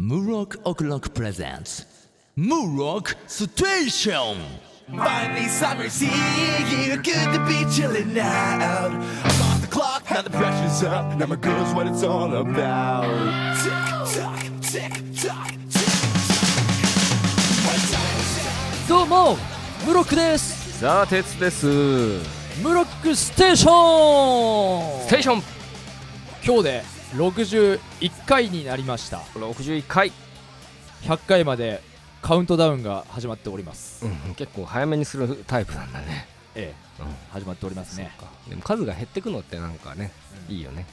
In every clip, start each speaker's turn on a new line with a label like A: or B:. A: Murok O'Clock presents Murok Station!
B: Finally, summer's here. Good to be chilling out. I'm off the clock, now the pressure's up. Now my girl's what it's all about. Tick tock, tick tock, tick tock.
C: どうもムロックです
D: ザーテツです
C: ムロックステーション
D: テーション
C: 今日で61回になりました
D: 61回、
C: 100回までカウントダウンが始まっております、
D: 結構早めにするタイプなんだね
C: ええ、
D: うん
C: 始まっておりますね
D: でも数が減ってくのってなんかね、いいよね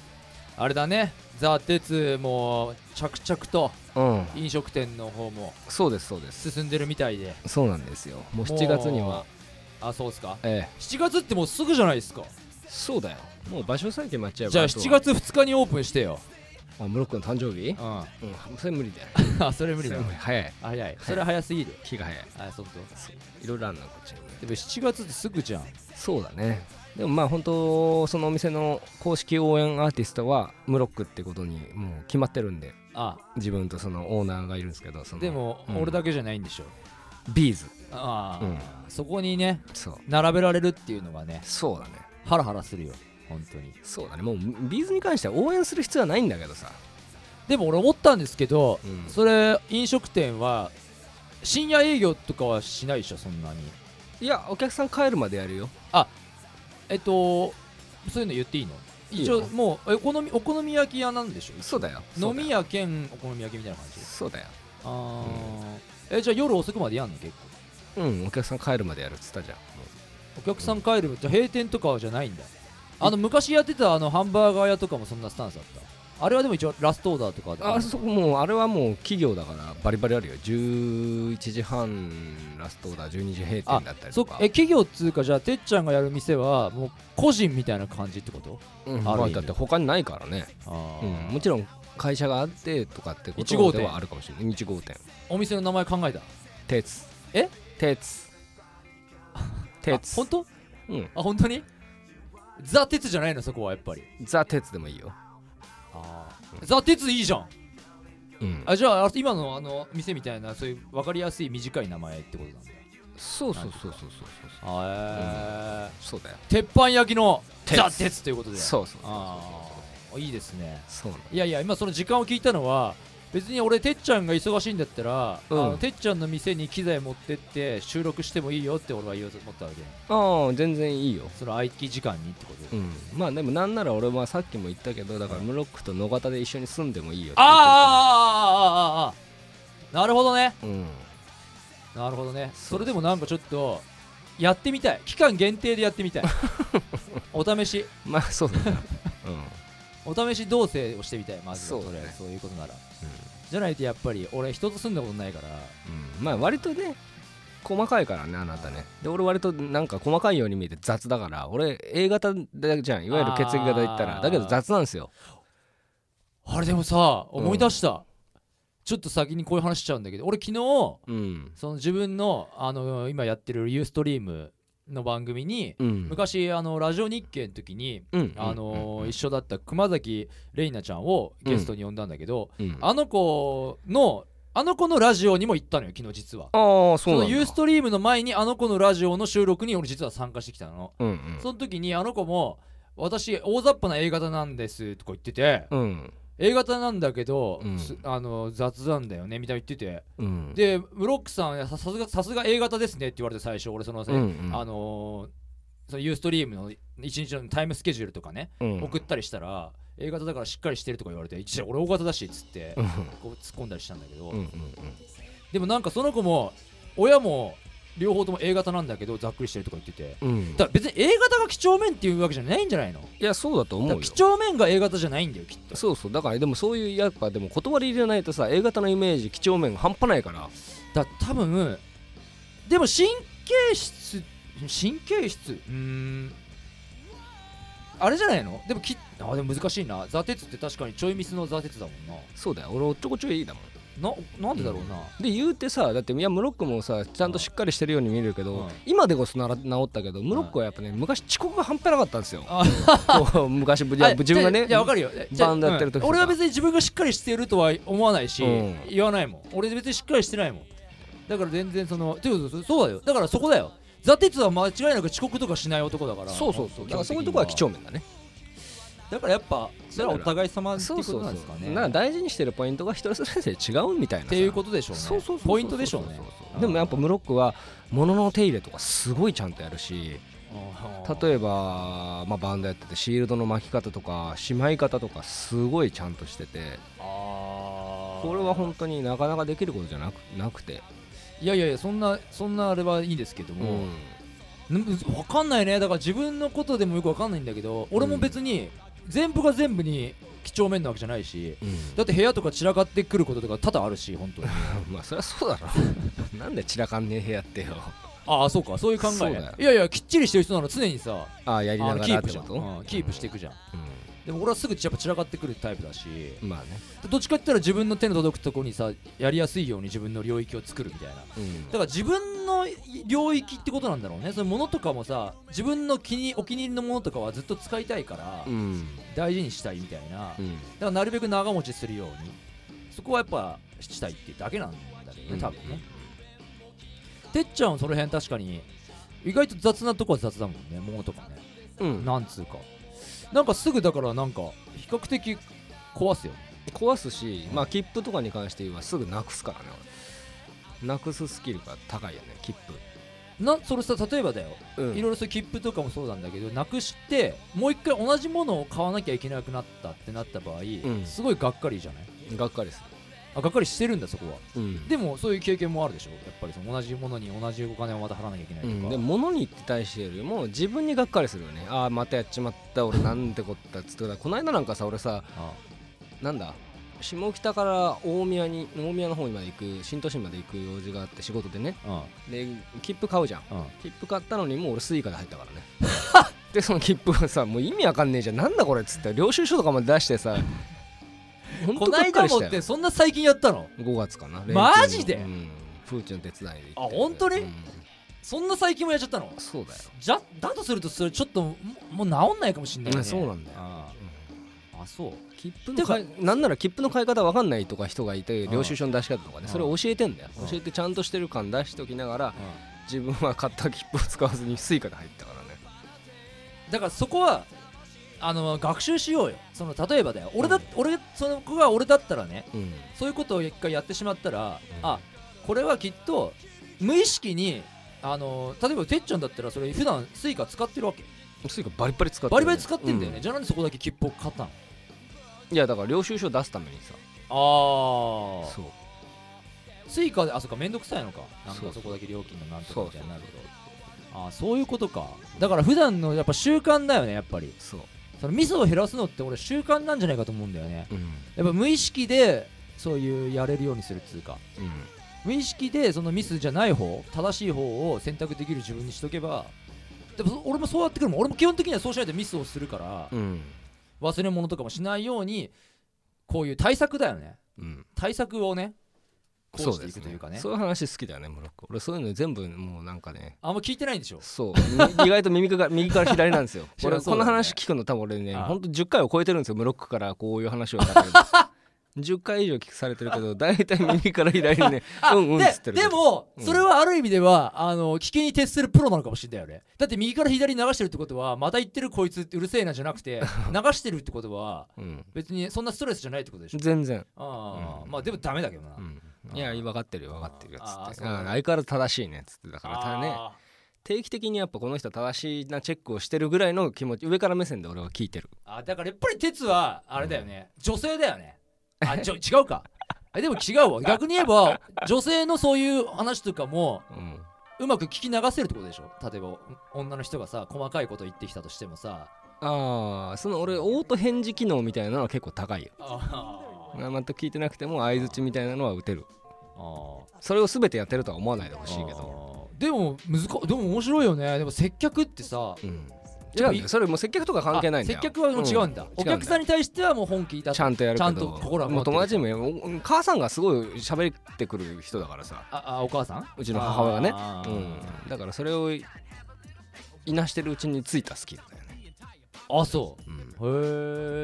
C: あれだねザ・テツも着々と
D: うん
C: 飲食店の方も
D: そうですそうです
C: 進んでるみたいで
D: そうなんですよもう7月には
C: もうあそうですか
D: え
C: 7月ってもうすぐじゃないですか
D: えそうだよもう場所さえ決まっちゃえば
C: じゃあ
D: とは
C: 7月2日にオープンしてよ
D: あムロックの誕生日
C: うん あ
D: うんそれ無理だよ
C: それ無理だ
D: それ無理早い
C: あ早いそれ早すぎる
D: 気が早い
C: あそうそう
D: いろいろあるなこっちにね
C: でも7月ってすぐじゃん
D: そうだねでもまあ本当そのお店の公式応援アーティストはムロックってことにもう決まってるんで
C: あ
D: 自分とそのオーナーがいるんですけどその
C: でも、
D: うん
C: 俺だけじゃないんでしょ
D: ビーズ
C: ああ、
D: うん
C: そこにね
D: そう
C: 並べられるっていうのがね
D: そうだね
C: ハラハラするよ本当に
D: そうだねもうビーズに関しては応援する必要はないんだけどさ、
C: でも俺思ったんですけど、
D: うん
C: それ飲食店は深夜営業とかはしないでしょそんなに
D: いやお客さん帰るまでやるよ
C: えっとそういうの言っていいの
D: いい
C: 一
D: よ
C: 応もうお好みお好み焼き屋なんでしょ
D: そうだよ
C: 飲み屋兼お好み焼きみたいな感じ
D: そうだよ
C: あー、えじゃあ夜遅くまでやんの結構
D: うんお客さん帰るまでやるっつったじゃん
C: お客さん帰るじゃあ閉店とかはじゃないんだあの昔やってたあのハンバーガー屋とかもそんなスタンスだったあれはでも一応ラストオーダーとかで
D: あそこもうあれはもう企業だからバリバリあるよ11時半ラストオーダー12時閉
C: あ
D: 店だったり
C: そ
D: と
C: っ
D: か
C: え企業っつうかじゃあてっちゃんがやる店はもう個人みたいな感じってこと
D: うん
C: ある意
D: まあ
C: 味
D: だって他にないからね、
C: あ
D: うん、
C: ー
D: もちろん会社があってとかってこ
C: 1号
D: と
C: 店
D: ではあるかもしれない1号店
C: お店の名前考えた
D: 鉄
C: え
D: 鉄鉄
C: あ本当
D: うん
C: あ本当にザ・鉄じゃないのそこはやっぱり
D: ザ鉄でもいいよ
C: あザ・鉄いいじゃん
D: うん
C: あじゃああ今のあの店みたいなそういう分かりやすい短い名前ってことなんだ
D: そうそうそうそうそうそう
C: あ
D: そうだよ
C: ー鉄板焼きの
D: 鉄
C: ザ・鉄ということで
D: そうそう
C: ああいいですね
D: そうなの
C: いやいや今その時間を聞いたのは別に俺てっちゃんが忙しいんだったら、
D: うん
C: あのてっちゃんの店に機材持ってって収録してもいいよって俺は言おうと思ったわけ
D: ああ全然いいよ
C: その空き時間にってことで、
D: うんまあでもなんなら俺はさっきも言ったけどだからムロックと野方で一緒に住んでもいいよって言ってる
C: あーあーあーあーあーあーなるほどね
D: うん
C: なるほどねそ
D: そうそうそ
C: れ
D: う
C: でもなんかちょっとやってみたい期間限定でやってみ たいお試し
D: まあそう だなうん
C: お試し同棲をしてみたいまずは
D: そう
C: そ
D: だ
C: れ
D: ね
C: そういうことならじゃないとやっぱり俺人と住んだことないから
D: うんまあ割とね細かいからねあなたねで俺割となんか細かいように見えて雑だから俺 A 型だじゃんいわゆる血液型で言った
C: あ
D: ら
C: ー
D: だけど雑なんですよ
C: あれでもさ
D: うん
C: 思い出した、ちょっと先にこういう話しちゃうんだけど俺昨日
D: うん
C: その自分のあの今やってるユーストリームの番組に、
D: うん
C: 昔あのラジオ日経の時に、
D: うん
C: あの一緒だった熊崎玲奈ちゃんをゲストに呼んだんだけど、
D: うんあ
C: あの子のあの子のラジオにも行ったのよ昨日実は
D: あーそうなんだ
C: のユーストリームの前にあの子のラジオの収録に俺実は参加してきたの、
D: うんうん
C: その時にあの子も私大雑把な A 型なんですとか言ってて、
D: うん、
C: A 型なんだけど、
D: うん
C: すあの雑なんだよねみたいに言ってて
D: うん、
C: でブロックさんいやささすがさすが A 型ですねって言われて最初俺その、
D: うんうん
C: あのーそのユーストリームの一日のタイムスケジュールとかね、
D: うん
C: 送ったりしたら A 型だからしっかりしてるとか言われて一応俺 O 型だしっつって、
D: うん
C: こう突っ込んだりしたんだけど、
D: うんうん
C: でもなんかその子も親も両方とも A 型なんだけどざっくりしてるとか言ってて
D: うんうん
C: だから別に A 型が几帳面っていうわけじゃないんじゃないの
D: いやそうだ
C: だ
D: と思
C: から
D: うよ
C: 几帳面が A 型じゃないんだよきっと
D: そうそうだからでもそういうやっぱでも断り入れないとさ A 型のイメージ几帳面半端ないから
C: だ多分でも神経質神経質うーんあれじゃないのでもきあでも難しいな座鉄って確かにちょいミスの座鉄だもんな
D: そうだよ俺おっちょこちょいだもん
C: ななんでだろうな、
D: で言うてさだっていやムロックもさちゃんとしっかりしてるように見えるけど、
C: うん
D: 今でこそなら治ったけどムロックはやっぱね昔遅刻が半端なかったんですよ
C: あ
D: こう 昔ぶじゃあ
C: あ
D: 自分がね
C: じゃあ分かるよじゃあ
D: バンドやってる時とか
C: うん俺は別に自分がしっかりしてるとは思わないし、
D: うん
C: 言わないもん俺別にしっかりしてないもんだから全然そのていうかそそうだよだからそこだよザ・テツは間違いなく遅刻とかしない男だから
D: そうそうそうだからそういうとこは
C: は
D: 几帳面だね
C: だからやっぱそれはお互い様って
D: そ
C: いううこ
D: そ
C: と
D: う
C: なん
D: そ
C: ですかね
D: うなんか大事にしてるポイントが人それぞれ違うみたいな
C: っ
D: さ
C: ていうことでしょうね
D: そうそうそうそう
C: ポイントでしょうね
D: でもやっぱムロックはものの手入れとかすごいちゃんとやるし
C: え
D: 例えば、まあ、バンドやっててシールドの巻き方とかしまい方とかすごいちゃんとしてて
C: ばあー
D: これは本当になかなかできることじゃなくなくて、
C: いやいやいやそんなそんなあれはいいんですけど
D: う
C: も、
D: ん
C: 分かんないねだから自分のことでもよく分かんないんだけど俺も別に全部が全部に几帳面なわけじゃないしだって部屋とか散らかってくることとか多々あるし本 当に
D: まあそりゃそうだろ なんで散らかんねえ部屋ってよ
C: ああそうかそういう考
D: そうだよ
C: えいやいやきっちりしてる人なら常にさ
D: ああやり
C: あ
D: な
C: の
D: が
C: キー
D: らっ
C: プ
D: て
C: じゃん、
D: こと
C: うんキープしていくじゃん、
D: う
C: でも俺はすぐやっぱ散らかってくるタイプだし
D: んまあね、
C: どっちかって言ったら自分の手の届くところにさやりやすいように自分の領域を作るみたいな
D: うん
C: だから自分の領域ってことなんだろうねそのものとかもさ自分の気にお気に入りのものとかはずっと使いたいから
D: うん
C: 大事にしたいみたいな、
D: う
C: だか
D: ん
C: らなるべく長持ちするようにそこはやっぱしたいってだけなんだけどね多分ね、てっちゃんはその辺確かに意外と雑なとこは雑だもんね物とかね、
D: うん
C: なんつうかなんかすぐだからなんか比較的壊すよね
D: 壊すし、まあ、切符とかに関してはすぐなくすからね俺なくすスキルが高いよね切
C: なそれさ例えばだよ
D: 符、う
C: いろいろそういう切符とかもそうなんだけどなくしてもう一回同じものを買わなきゃいけなくなったってなった場合、
D: ん
C: すごいがっかりじゃない
D: がっかりす
C: あがっかりしてるんだそこは
D: る、うん
C: でもそういう経験もあるでしょやっぱりその同じものに同じお金をまた払わなきゃいけないと
D: う
C: か、
D: ん、でも物に対してよりも自分にがっかりするよねああまたやっちまった俺なんてこったっつってだからこの間なんかさ俺さ
C: あ
D: なんだ下北から大宮に大宮の方にまで行く新都心まで行く用事があって仕事でね
C: あ
D: で切符買うじゃん
C: ああ
D: 切符買ったのにもう俺スイカで入ったからね でその切符がさもう意味わかんねえじゃんなんだこれっつって領収書とかまで出してさほ ん
C: こと
D: が
C: な
D: っ
C: い
D: か
C: だ
D: り
C: も
D: し
C: ったて
D: よ
C: そんな最近やったの
D: 5月かな連休の
C: マジで
D: うんプーチン手伝いで
C: あ本当に
D: うん
C: そんな最近もやっちゃったの
D: そうだよ
C: じゃだとするとそれちょっとももう治んないかもしんないね
D: うんそうなんだよ
C: あああそう
D: 切符の買いなんなら切符の買い方わかんないとか人がいて
C: ん
D: 領収書の出し方とかね
C: うん
D: それ教えてんだよ
C: うん
D: 教えてちゃんとしてる感出しておきながら
C: ああ
D: 自分は買った切符を使わずにスイカで入ったからね
C: だからそこはあの学習しようよその例えばだよ俺だ、
D: うん
C: 俺その子が俺だったらね
D: うん
C: そういうことを一回やってしまったら、
D: うん
C: あこれはきっと無意識にあの例えばてっちゃんだったらそれ普段スイカ使ってるわけ
D: スイカバリバリ使ってる
C: バリバリ使ってんだよね、
D: う
C: じゃあなんでそこだけ切符を買ったの
D: いやだから領収書出すためにさ
C: あ
D: そう
C: スイカであそっか面倒くさいのかなん
D: そ
C: か
D: うそ
C: そうこだけ料金のなんとか
D: そう
C: み
D: そ
C: た
D: う
C: いになるけどあーそういうことかだから普段のやっぱ習慣だよねやっぱり
D: そう
C: そのミスを減らすのって俺習慣なんじゃないかと思うんだよね
D: うん
C: やっぱ無意識でそういうやれるようにするっていうか
D: うん
C: 無意識でそのミスじゃない方正しい方を選択できる自分にしとけばでもそ俺もそうやってくるもん俺も基本的にはそうしないとミスをするから
D: うん
C: 忘れ物とかもしないようにこういう対策だよね
D: うん
C: 対策をねこ
D: そうう
C: して
D: で
C: い
D: す
C: くというかね
D: そういう話好きだよねムロック俺そういうの全部もうなんかね
C: あんま聞いてないんでしょ
D: そうみ意外と耳から右から左なんですよ
C: 知ら
D: 俺
C: んそう
D: こ
C: だね
D: の話聞くの多分俺ね
C: ああ
D: ほんと10回を超えてるんですよムロックからこういう話をされてる10回以上聞くされてるけど大体耳から左にねうんうんっつって
C: で
D: る
C: でも、
D: うん
C: それはある意味ではあの危険に徹するプロなのかもしれないよねだって右から左に流してるってことはまた言ってるこいつってうるせえなじゃなくて 流してるってことは
D: うん
C: 別にそんなストレスじゃないってことでしょ
D: 全然、
C: ああ、
D: うん
C: まあでもダメだけどな、
D: うんいや分かってるよ分かってるよっつ
C: ああ
D: って
C: そうだね
D: うん相変わらず正しいねっつってだからただね
C: あ
D: 定期的にやっぱこの人は正しいなチェックをしてるぐらいの気持ち上から目線で俺は聞いてる
C: ーあだからやっぱり鉄はあれだよね、女性だよね あちょ違うかえでも違うわ逆に言えば女性のそういう話とかも
D: うん
C: うまく聞き流せるってことでしょ例えば女の人がさ細かいこと言ってきたとしてもさ
D: ああその俺オート返事機能みたいなのは結構高いよ
C: あ
D: 全く聞いてなくても相づちみたいなのは打てる
C: あ
D: それを全てやってるとは思わないでほしいけど、
C: あーでも難かでも面白いよねでも接客ってさ
D: うん、違うんだよそれもう接客とか関係ないんだよ
C: あ接客はもう違うんだ、お客さん
D: に
C: に対してはもう本気いた
D: ちゃんとやるけ
C: ち
D: ど
C: ゃんと心は持
D: も
C: っ
D: う
C: てる
D: 友達にもよお母さんがすごい喋ってくる人だからさ
C: ああお母さん
D: うちの母親がね
C: あ、
D: う
C: ー
D: ん、だからそれをいなしてるうちについたスキルだよね、
C: あそう
D: うん、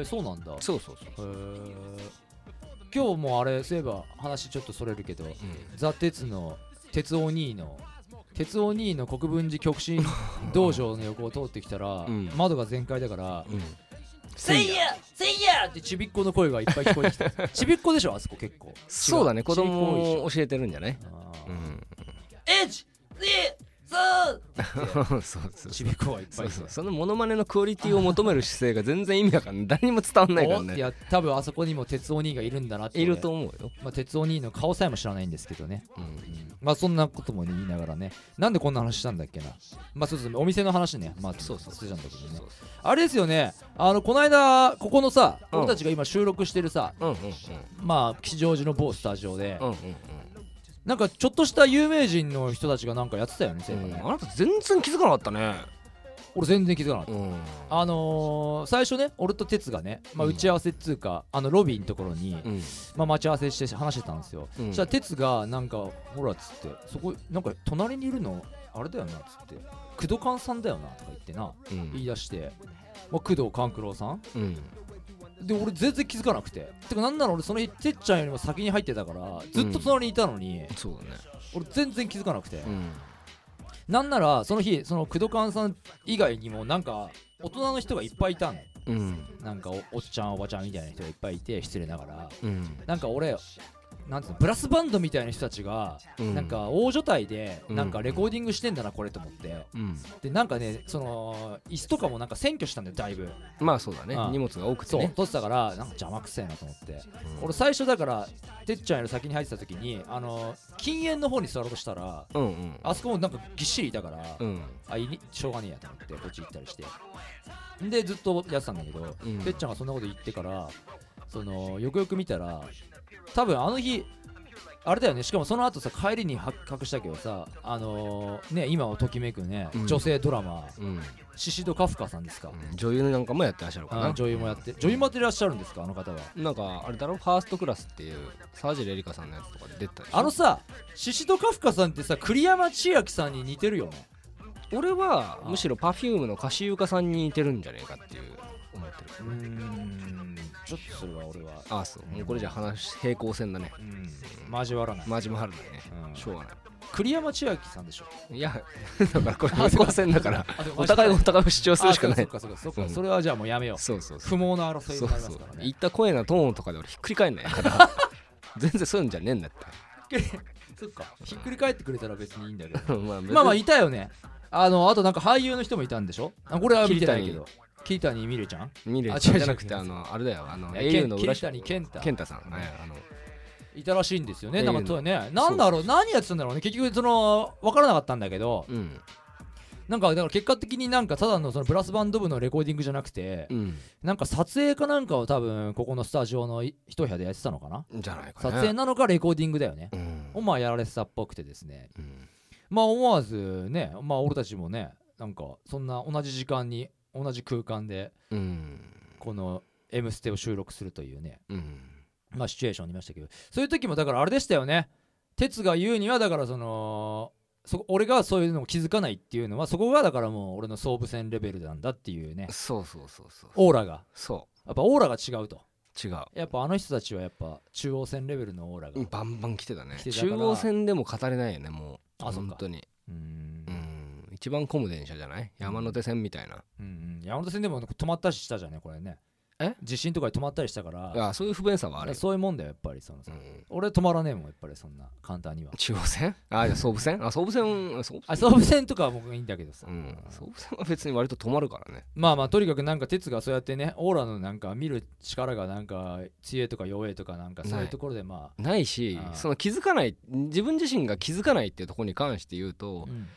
C: へえそうなんだへ
D: そうそうそう、
C: え今日もあれそういえば話ちょっとそれるけど
D: う
C: ザ・鉄の鉄お兄の鉄お兄の国分寺極 真道場の横を通ってきたら、
D: うん
C: 窓が全開だから
D: んうん、
C: 「せいやせいや!」ってちびっ子の声がいっぱい聞こえて きたちびっ子でしょあそこ結構違
D: そうだね子
C: ちびっ子多
D: 供
C: いでしょ
D: を教えてるんじゃない、
C: あ
D: う
C: ー
D: ん、
C: 1 2 3
D: そうそうそう
C: ちびっ子はいっぱ
D: そ
C: いういて
D: そうそのモノマネのクオリティを求める姿勢が全然意味わかんない誰にも伝わんないから
C: お
D: ね
C: や多分あそこにも鉄お兄がいるんだなって
D: いると思うよ、
C: まあ、鉄お兄の顔さえも知らないんですけどね、
D: うん、
C: まあそんなことも、ね、言いながらねなんでこんな話したんだっけなまあそうそうお店の話ねまあ
D: そうそう
C: してたんだけどね
D: そうそ
C: あれですよねあのこの間ここのさ、
D: うん
C: 俺たちが今収録してるさ
D: ううんうんうん
C: まあ吉祥寺の某スタジオで、
D: うん
C: なんかちょっとした有名人の人たちがなんかやってたよね、そういえば
D: うん
C: ね
D: あなた全然気づかなかったね
C: 俺全然気づかなかった、
D: うん
C: あのー最初ね俺と哲がね、まあ、
D: うん
C: 打ち合わせっつうか、あのロビーのところに、
D: うん
C: まあ、待ち合わせして話してたんですよ、
D: うん
C: そしたら哲がなんかほらっつってそこなんか隣にいるのあれだよなっつって工藤勘さんだよなとか言ってな
D: う
C: 言い
D: ん
C: 出して、まあ、工藤勘九郎さん
D: うん
C: で俺全然気づかなくててかなんなら俺その日てっちゃんよりも先に入ってたからずっと隣にいたのに、
D: そうだね
C: 俺全然気づかなくて、
D: うん
C: なんならその日その工藤勘さん以外にもなんか大人の人がいっぱいいたの
D: うん
C: なんかおおっちゃんおばちゃんみたいな人がいっぱいいて失礼ながら
D: うん
C: なんか俺なんつうのブラスバンドみたいな人たちが
D: うん
C: なんか大所帯で
D: うん
C: なんかレコーディングしてんだなこれと思って
D: うん
C: でなんかねその椅子とかもなんか占拠したんだよだいぶ
D: まあそうだね
C: ああ
D: 荷物が多くて
C: そう
D: ね
C: 取ってたからなんか邪魔くせえなと思って
D: うん
C: 俺最初だからてっちゃんより先に入ってた時にあの禁煙の方に座ろうとしたら
D: うんうん
C: あそこもなんかぎっしりいたから
D: うん
C: あいにしょうがねえやと思ってこっち行ったりしてでずっとやってたんだけど、
D: うん
C: てっちゃんがそんなこと言ってからそのよくよく見たら多分あの日あれだよねしかもその後さ帰りに発覚したけどさあのーね今をときめくね、
D: うん
C: 女性ドラマ
D: うんうん
C: シシド・カフカさんですか、
D: 女優なんかもやってらっしゃるか
C: あ
D: な
C: 女優もやって女優もやってらっしゃるんですかあの方は
D: なんかあれだろファーストクラスっていう沢尻エリカさんのやつとかで出てたでしょ
C: あのさシシド・カフカさんってさ栗山千明さんに似てるよね
D: 俺は
C: あ
D: むしろ Perfume の歌詞ゆかさんに似てるんじゃねえかっていう思ってる
C: うーんちょっとそれは俺は
D: ああそうもうこれじゃ話平行線だね
C: うん交わらない、
D: 交わらないね、
C: うん
D: しょうがな
C: 栗山千明さんでしょ
D: いいや だからこれ平行線だ から
C: あでも
D: お互いが
C: 間
D: お
C: 違
D: 互いを主張するしかな
C: あそ
D: い
C: っかそっかそっか、
D: うん
C: それはじゃあもうやめよう
D: そうそうそ
C: 不
D: う
C: 毛な争い
D: そ
C: に
D: う
C: なりま
D: そ
C: す
D: う
C: から
D: 言
C: ね
D: った声のトーンとかで俺ひっく り返んないから全然そういうんじゃねえんだって
C: そっかひっくり返ってくれたら別にいいんだけど
D: まあ別に
C: まあまあいたよねあのあとなんか俳優の人もいたんでしょあこれは見てないけど桐谷美玲ちゃん
D: 見る
C: あ違う
D: じゃなくて
C: 違う違
D: あ
C: う
D: のあれだよあの
C: いや
D: au の裏
C: ケンケンタにケンタ
D: 健太さんはいあの
C: いたらしいんですよね
D: ええ
C: なんかそうねなんだろう何やってたんだろうね結局その分からなかったんだけど
D: うん
C: なんかだから結果的になんかただのそのブラスバンド部のレコーディングじゃなくて、
D: うん
C: なんか撮影かなんかを多分ここのスタジオのい一部屋でやってたのかな
D: じゃないか
C: 撮
D: ね
C: 影なのかレコーディングだよね
D: う、ん
C: をまあやられてたっぽくてですね
D: うん
C: まあ思わずねまあ俺たちもねなんかそんな同じ時間に同じ空間で
D: うん
C: この「M ステ」を収録するというね
D: うん
C: まあシチュエーションにいましたけどそういう時もだからあれでしたよね哲が言うにはだからそのそ俺がそういうのを気づかないっていうのはそこがだからもう俺の総武線レベルなんだっていうね
D: そうそうそうそう
C: オーラが
D: そ
C: やっぱオーラが違うと
D: う違う
C: やっぱあの人たちはやっぱ中央線レベルのオーラが
D: バンバン来てたね
C: 来てたか
D: 中
C: ら
D: 央線でも語れないよねもう
C: あそっか
D: 本当に
C: うーん
D: うん一番混む電車じゃない山手線みたいな
C: うんうん山手線でも止まったりしたじゃんねこれね
D: え
C: 地震とかで止まったりしたから
D: あそういう不便さはあるよ
C: そういうもんだよやっぱりそのさ、
D: うん
C: 俺止まらねえもんやっぱりそんな簡単には
D: 中央線あじゃあ総武線あ総武線あ総武
C: あ総武線とかは僕いいんだけどさ、
D: うん総武線は別に割と止まるからね
C: まあまあとにかくなんか鉄がそうやってねオーラのなんか見る力がなんか強いとか弱いとかなんかそういうところでま
D: ないし
C: あー
D: その気づかない自分自身が気づかないっていうところに関して言う
C: あ、
D: と
C: うん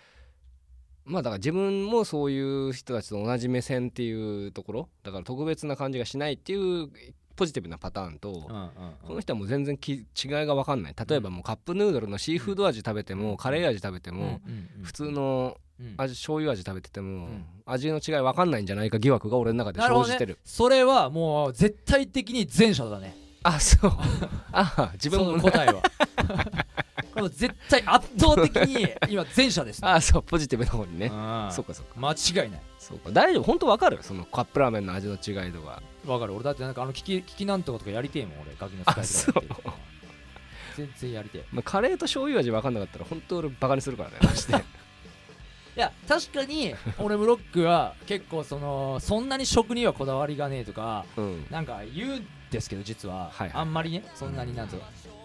D: まあだから自分もそういう人たちと同じ目線っていうところだから特別な感じがしないっていうポジティブなパターンと、
C: うんうん
D: こ
C: う
D: の
C: ん
D: 人はもう全然き違いが分かんない例えばもうカップヌードルのシーフード味食べても、カレー味食べても、
C: うんうん
D: 普通の
C: うん
D: 味醤油味食べてても、
C: うん
D: 味の違い分かんないんじゃないか疑惑が俺の中で
C: なるほ
D: 生
C: ど
D: じ
C: ね
D: てる
C: それはもう絶対的に前者だね
D: あそう あ自分
C: そ
D: も
C: の答えはこれ絶対圧倒的に今前者ですね
D: あそうポジティブな方にね
C: うん
D: そうかそうか
C: 間違いない
D: そうか大丈夫本当分かるそのカップラーメンの味の違いとか
C: わかる俺だってなんかあの聞き聞きなんとかとかやりてえもん俺ガキの使いとかやりてえから全然やりてえ
D: まあ、カレーと醤油味分かんなかったら本当俺バカにするからねマ ジで
C: いや確かに俺ブロックは結構そのそんなに食にはこだわりがねえとか
D: うん
C: なんか言うんですけど実は、
D: はいはい
C: あんまりねそんなになんと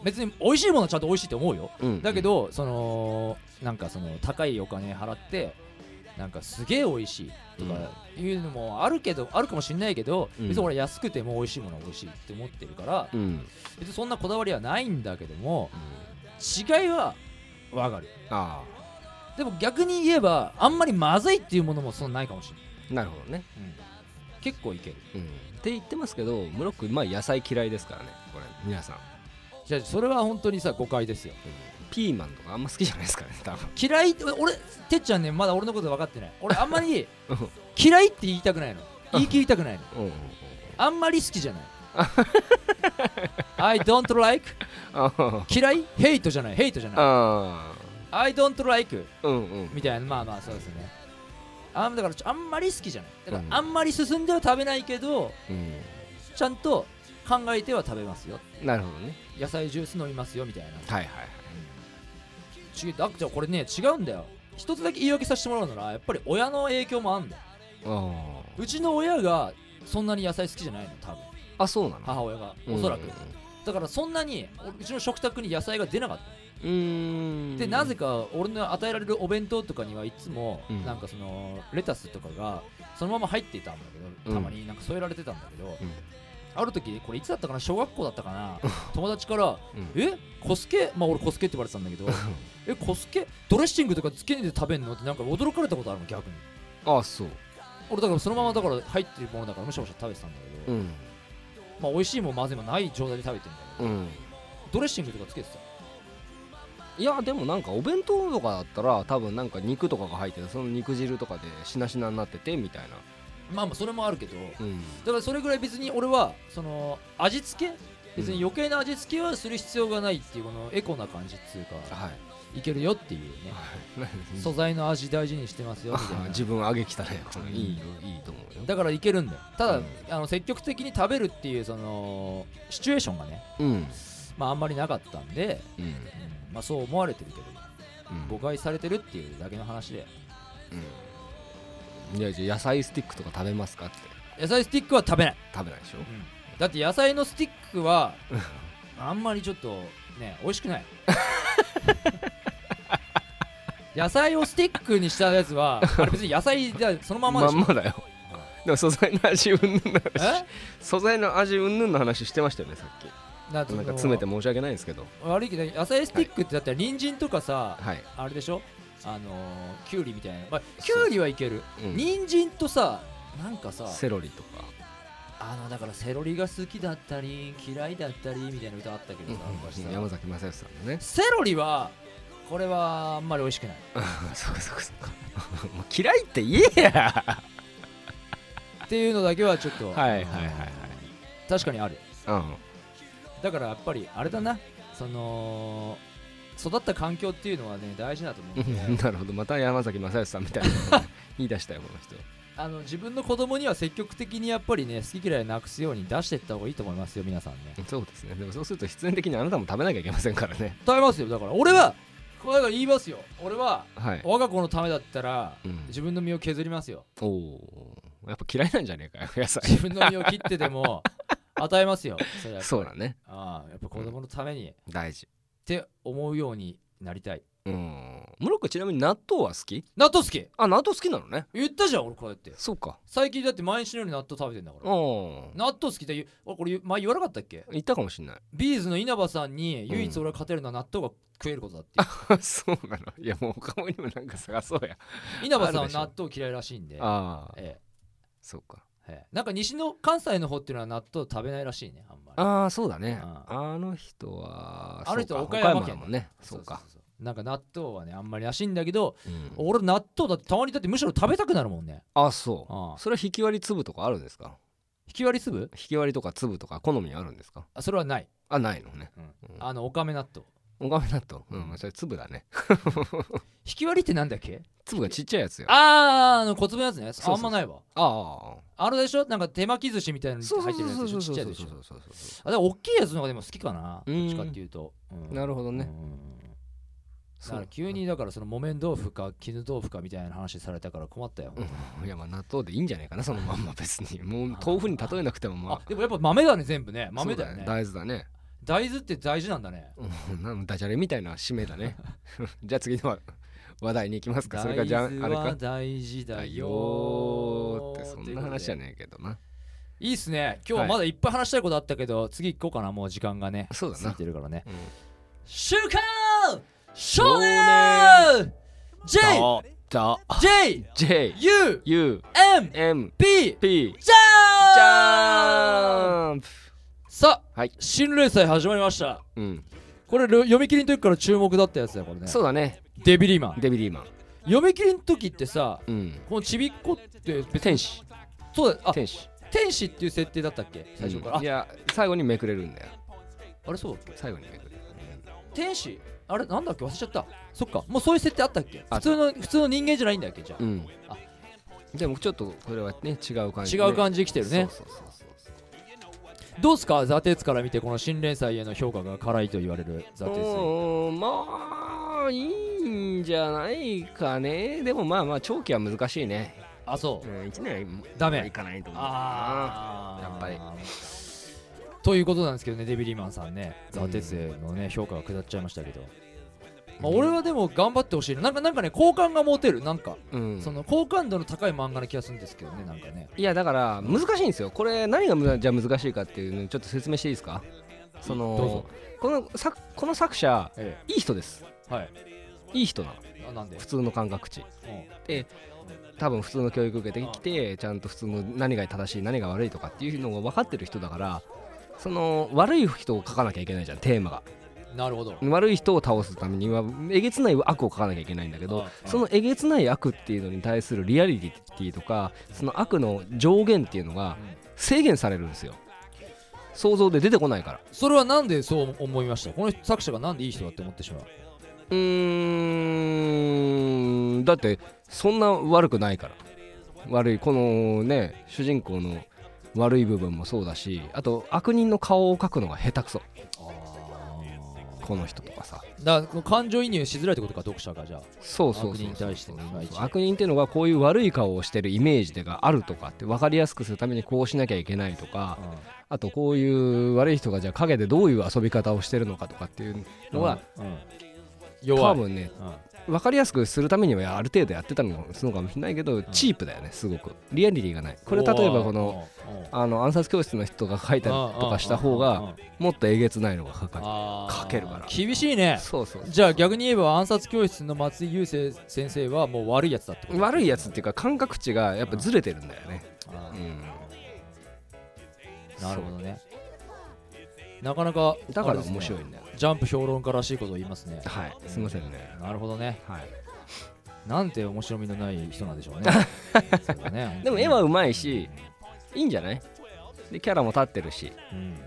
C: 別に美味しいものはちゃんと美味しいって思うよ
D: うん
C: だけど、そのなんかその高いお金払ってなんかすげえ美味しいとかいうのもあるけど、あるかもしんないけど、
D: うん
C: 別に俺安くても美味しいものは美味しいって思ってるから、
D: うん、うん
C: 別にそんなこだわりはないんだけども違いはわかる
D: あ
C: でも逆に言えばあんまりまずいっていうものもそんなないかもしれない、
D: あなるほどね、
C: 結構いける
D: うん、って言ってますけどムロックまあ野菜嫌いですからねこれ皆さん、
C: じゃあそれは本当にさ誤解ですよ
D: ピーマンとかあんま好きじゃないですからね多分
C: 嫌い俺てっちゃんねまだ俺のこと分かってない俺あんま り嫌いって言いたくないの言い切りたくないの
D: うんうん
C: あんまり好きじゃ ない I don't like
D: あー
C: 嫌いヘイトじゃないヘイトじゃない
D: あ
C: I don't like
D: ーうんうん
C: みたいなまあまあそうですねあんだからちょあんまり好きじゃないだから
D: うん
C: あんまり進んでは食べないけど
D: うん
C: ちゃんと考えては食べますよ
D: なるほどね
C: 野菜ジュース飲みますよみたいな
D: はいはいはい
C: 違うだじゃあこれね違うんだよ一つだけ言い訳させてもらうならやっぱり親の影響もあんだよ
D: あー
C: うちの親がそんなに野菜好きじゃないの多分
D: あそうなの
C: 母親がおそらく、
D: うん
C: だからそんなにおうちの食卓に野菜が出なかった
D: うん
C: でなぜか俺の与えられるお弁当とかにはいつも
D: うん
C: なんかそのレタスとかがそのまま入っていたんだけ
D: う
C: ど
D: ん
C: たまになんか添えられてたんだけど
D: うん
C: ある時これいつだったかな小学校だったか な友達から
D: うん
C: 「えコスケまあ俺コスケって言われてたんだけどえコスケドレッシングとかつけねで食べんの?」ってなんか驚かれたことあるの逆に
D: あそう
C: 俺だからそのままだから入ってるものだからむしゃむしゃ食べてたんだけ
D: う
C: ど
D: ん
C: まあ美味しいもまずいもない状態で食べてんだけど
D: うん
C: ドレッシングとかつけてた
D: いやでもなんかお弁当とかだったら多分なんか肉とかが入っててその肉汁とかでしなしなになっててみたいな
C: まあまあそれもあるけど
D: うん
C: だからそれぐらい別に俺はその味付け別に余計な味付けはする必要がないっていうこのエコな感じっていうか
D: はい
C: けるよっていうね
D: い
C: 素材の味大事にしてますよみた
D: あ
C: い
D: 自
C: な
D: 分あげきたねこ
C: うん
D: れいいよいいと思うよ
C: だからいけるんだよただ、
D: うん
C: あの積極的に食べるっていうそのシチュエーションがね、
D: うん
C: まあ、あんまりなかったんで、
D: うん
C: うんまあ、そう思われてるけど
D: うん
C: 誤解されてるっていうだけの話で
D: うんいやじゃあ野菜スティックとか食べますかって
C: 野菜スティックは食べない、
D: 食べないでしょ
C: だって野菜のスティックはあんまりちょっとね美味しくない 野菜をスティックにしたやつはあれ別に野菜じゃそのままで
D: ま
C: し
D: ん
C: ょ
D: まだよでも素材の味うんぬんの話
C: え
D: 素材の味うんぬんの話してましたよねさっき
C: だって
D: なんか詰めて申し訳ないんですけど
C: 悪いけど野菜スティックってだったら人参とかさ、
D: はい
C: あれでしょあのー、きゅうりみたいな、まあ、
D: う
C: きゅうりはいける、
D: うん
C: 人参とさなんかさ
D: セロリとか
C: あのだからセロリが好きだったり嫌いだったりみたいな歌あったけどさ,、昔さ
D: 山崎まさよしさんのね
C: セロリはこれはあんまり美味しくない
D: あ そうかそうかそうか もう嫌いって言えや
C: っていうのだけはちょっと
D: はいはいはいはい
C: 確かにある
D: うん
C: だからやっぱりあれだなその育った環境っていうのはね大事だと思うんで
D: なるほどまた山崎正義さんみたい なこと言い出したよこの人
C: あの自分の子供には積極的にやっぱりね好き嫌いなくすように出していった方がいいと思いますよ皆さんね
D: そうですねでもそうすると必然的にあなたも食べなきゃいけませんからね
C: 食べますよだから俺はこれだから言いますよ俺は
D: はい
C: 我が子のためだったら
D: うん
C: 自分の身を削りますよ
D: おおーやっぱ嫌いなんじゃねえかよ 野菜
C: 自分の身を切ってで も与えますよそれは
D: そうだね
C: ああやっぱ子供のためにっ
D: 大事
C: て思うようになりたい
D: うんムロックちなみに納豆は好き
C: 納豆好き
D: あ納豆好きなのね
C: 言ったじゃん俺こうやって
D: そうか
C: 最近だって毎日のように納豆食べてんだから
D: うん
C: 納豆好きって言う俺これ前言わなかったっけ
D: 言ったかもしんない
C: ビーズの稲葉さんに唯一俺が勝てるのは納豆が食えることだって言う、
D: そうなのいやもう他にもなんか探そうや
C: 稲葉さん
D: ある
C: は
D: でしょ
C: 納豆嫌いらしいんで
D: ああ
C: ええ
D: そうか
C: ええなんか西の関西の方っていうのは納豆食べないらしいねあんまり
D: ああそうだね
C: あ
D: あの人は
C: あの人
D: そう
C: 岡
D: か
C: 山県
D: だもんねそうか
C: そうそうなんか納豆はねあんまりらしいんだけど
D: うん
C: 俺納豆だってたまにだってむしろ食べたくなるもんね
D: あそう
C: ああ
D: それは引き割り粒とかあるんですか
C: 引き割り粒
D: 引き割りとか粒とか好みあるんですか
C: あそれはない、
D: あないのね
C: うん
D: うん
C: あのおかめ納豆
D: おかめ納豆うんそれ粒だね
C: 引き割りってなんだっけ
D: 粒がちっちゃいやつよあ
C: あーあの小粒のやつね
D: うそう
C: あんまないわ
D: あ
C: あれでしょなんか手巻き寿司みたいなのに
D: そうそ
C: 入
D: う
C: ってるやつ
D: そ
C: で
D: う
C: しょ
D: そう
C: ち
D: そ
C: っちゃい
D: うそう
C: でし
D: そ
C: ょ
D: うそうそ
C: あでも大きいやつの方がでも好きかな
D: う
C: ど
D: ん
C: っちかっていうと、うん
D: うなるほどね
C: うんだ
D: そ
C: から
D: う
C: 急にだからその木綿豆腐か絹豆腐かみたいな話されたから困ったよ、
D: いやまあ納豆でいいんじゃないかなそのまんま別にもう豆腐に例えなくても
C: あ
D: まあ
C: でもやっぱ豆だね全部ね豆
D: そう
C: だよね
D: 大豆だね
C: 大豆って大事なんだね
D: うんなんダジャレみたいな締めだねじゃあ次の話話題に行きますかそれか
C: 大
D: じゃああ
C: 豆
D: れ
C: は
D: か
C: 大事だ
D: だ
C: よ
D: よーってそんな話じゃねえけどない
C: いっすね今日はまだいっぱい話したいことあったけど、次行こうかなもう時間がね
D: そうだな
C: 過ぎてるからね
D: うん
C: 週刊少年 j
D: だ
C: j
D: J
C: u
D: U
C: m
D: M
C: p
D: P
C: じゃー
D: ジャンプ
C: さあ、
D: はい
C: 新連載始まりました
D: うん
C: これろ読み切りの時から注目だったやつだよこれね
D: そうだね
C: デビリーマン
D: デビリーマン
C: 読み切りの時ってさ
D: うん
C: このちびっこって
D: 天使
C: そうだあ
D: 天使
C: 天使っていう設定だったっけ最初から、
D: うんいや最後にめくれるんだよ
C: ああれそうだっけ
D: 最後にめくれる
C: 天使あれなんだっけ忘れちゃったそっかもうそういう設定あったっけ
D: あ
C: 普通の普通の人間じゃないんだっけじゃあ、
D: うん
C: あ
D: でもちょっとこれはね違う感じ
C: 違う感
D: じ
C: じで来てるね
D: そうそうそうそう
C: どうすかザ・テツから見てこの新連載への評価が辛いと言われるザ・テツに
D: うーんまあいいんじゃないかねでもまあまあ長期は難しいね、、
C: あそううん
D: 1年
C: ダ
D: はい
C: メ
D: かないと思うな
C: あー
D: やっぱり
C: ということなんですけどねデビリーマンさんねザ・テツへのね評価が下っちゃいましたけど、まあ、俺はでも頑張ってほしいななんかなんかね好感が持てるなんか、
D: うん
C: その好感度の高い漫画な気がするんですけどねなんかね
D: いやだから難しいんですよこれ何がむずじゃあ難しいかっていうのにちょっと説明していいですかそ
C: どうぞ
D: のこの作この作者
C: え
D: いい人です
C: えはい
D: いい人なの
C: あなんで、
D: 普通の感覚値
C: うん
D: で多分普通の教育受けてきてちゃんと普通の何が正しい何が悪いとかっていうのが分かってる人だからその悪い人を書かなきゃいけないじゃんテーマが
C: なるほど
D: 悪い人を倒すためにはえげつない悪を書かなきゃいけないんだけ
C: あ
D: ど
C: あ
D: そのえげつない悪っていうのに対するリアリティとかその悪の上限っていうのが
C: うん
D: 制限されるんですよ想像で出てこないから
C: それはなんでそう思いましたこの作者がなんでいい人だって思ってしまう
D: うーんだってそんな悪くないから悪いこのね主人公の悪い部分もそうだしあと悪人の顔を描くのが下手くそこの人とかさ
C: だから感情移入しづらいってことか読者がじゃあ
D: そうそうそう
C: 悪人に対してのいまいち
D: 悪人っていうのはこういう悪い顔をしてるイメージでがあるとかって分かりやすくするためにこうしなきゃいけないとかあとこういう悪い人がじゃあ影でどういう遊び方をしてるのかとかっていうのは
C: うんうん
D: 多
C: 弱い
D: 分ね
C: うん
D: 分かりやすくするためにはある程度やってたのもするのかもしれないけどチープだよねすごくリアリティがないこれ例えばこの
C: おーおー
D: あの暗殺教室の人が書いた
C: お
D: り
C: ー
D: とかした方
C: うんうん
D: が
C: うん
D: もっとえげつないのが書かれ
C: あー
D: 書けるから
C: 厳しいね
D: そうそう
C: じゃあ逆に言えば暗殺教室の松井優生先生はもう悪いやつだってこと
D: 悪いやつっていうか感覚値がやっぱずれてるんだよね
C: あ
D: うん
C: ーなるほどねなかなか
D: だから
C: あれですね
D: 面白いんだよね
C: ジャンプ評論家らしいことを言いますね
D: はいすいませんね
C: なるほどね
D: はい
C: なんて面白みのない人なんでしょ うねそれはね
D: でも絵はうまいしいいんじゃないでキャラも立ってるし
C: うん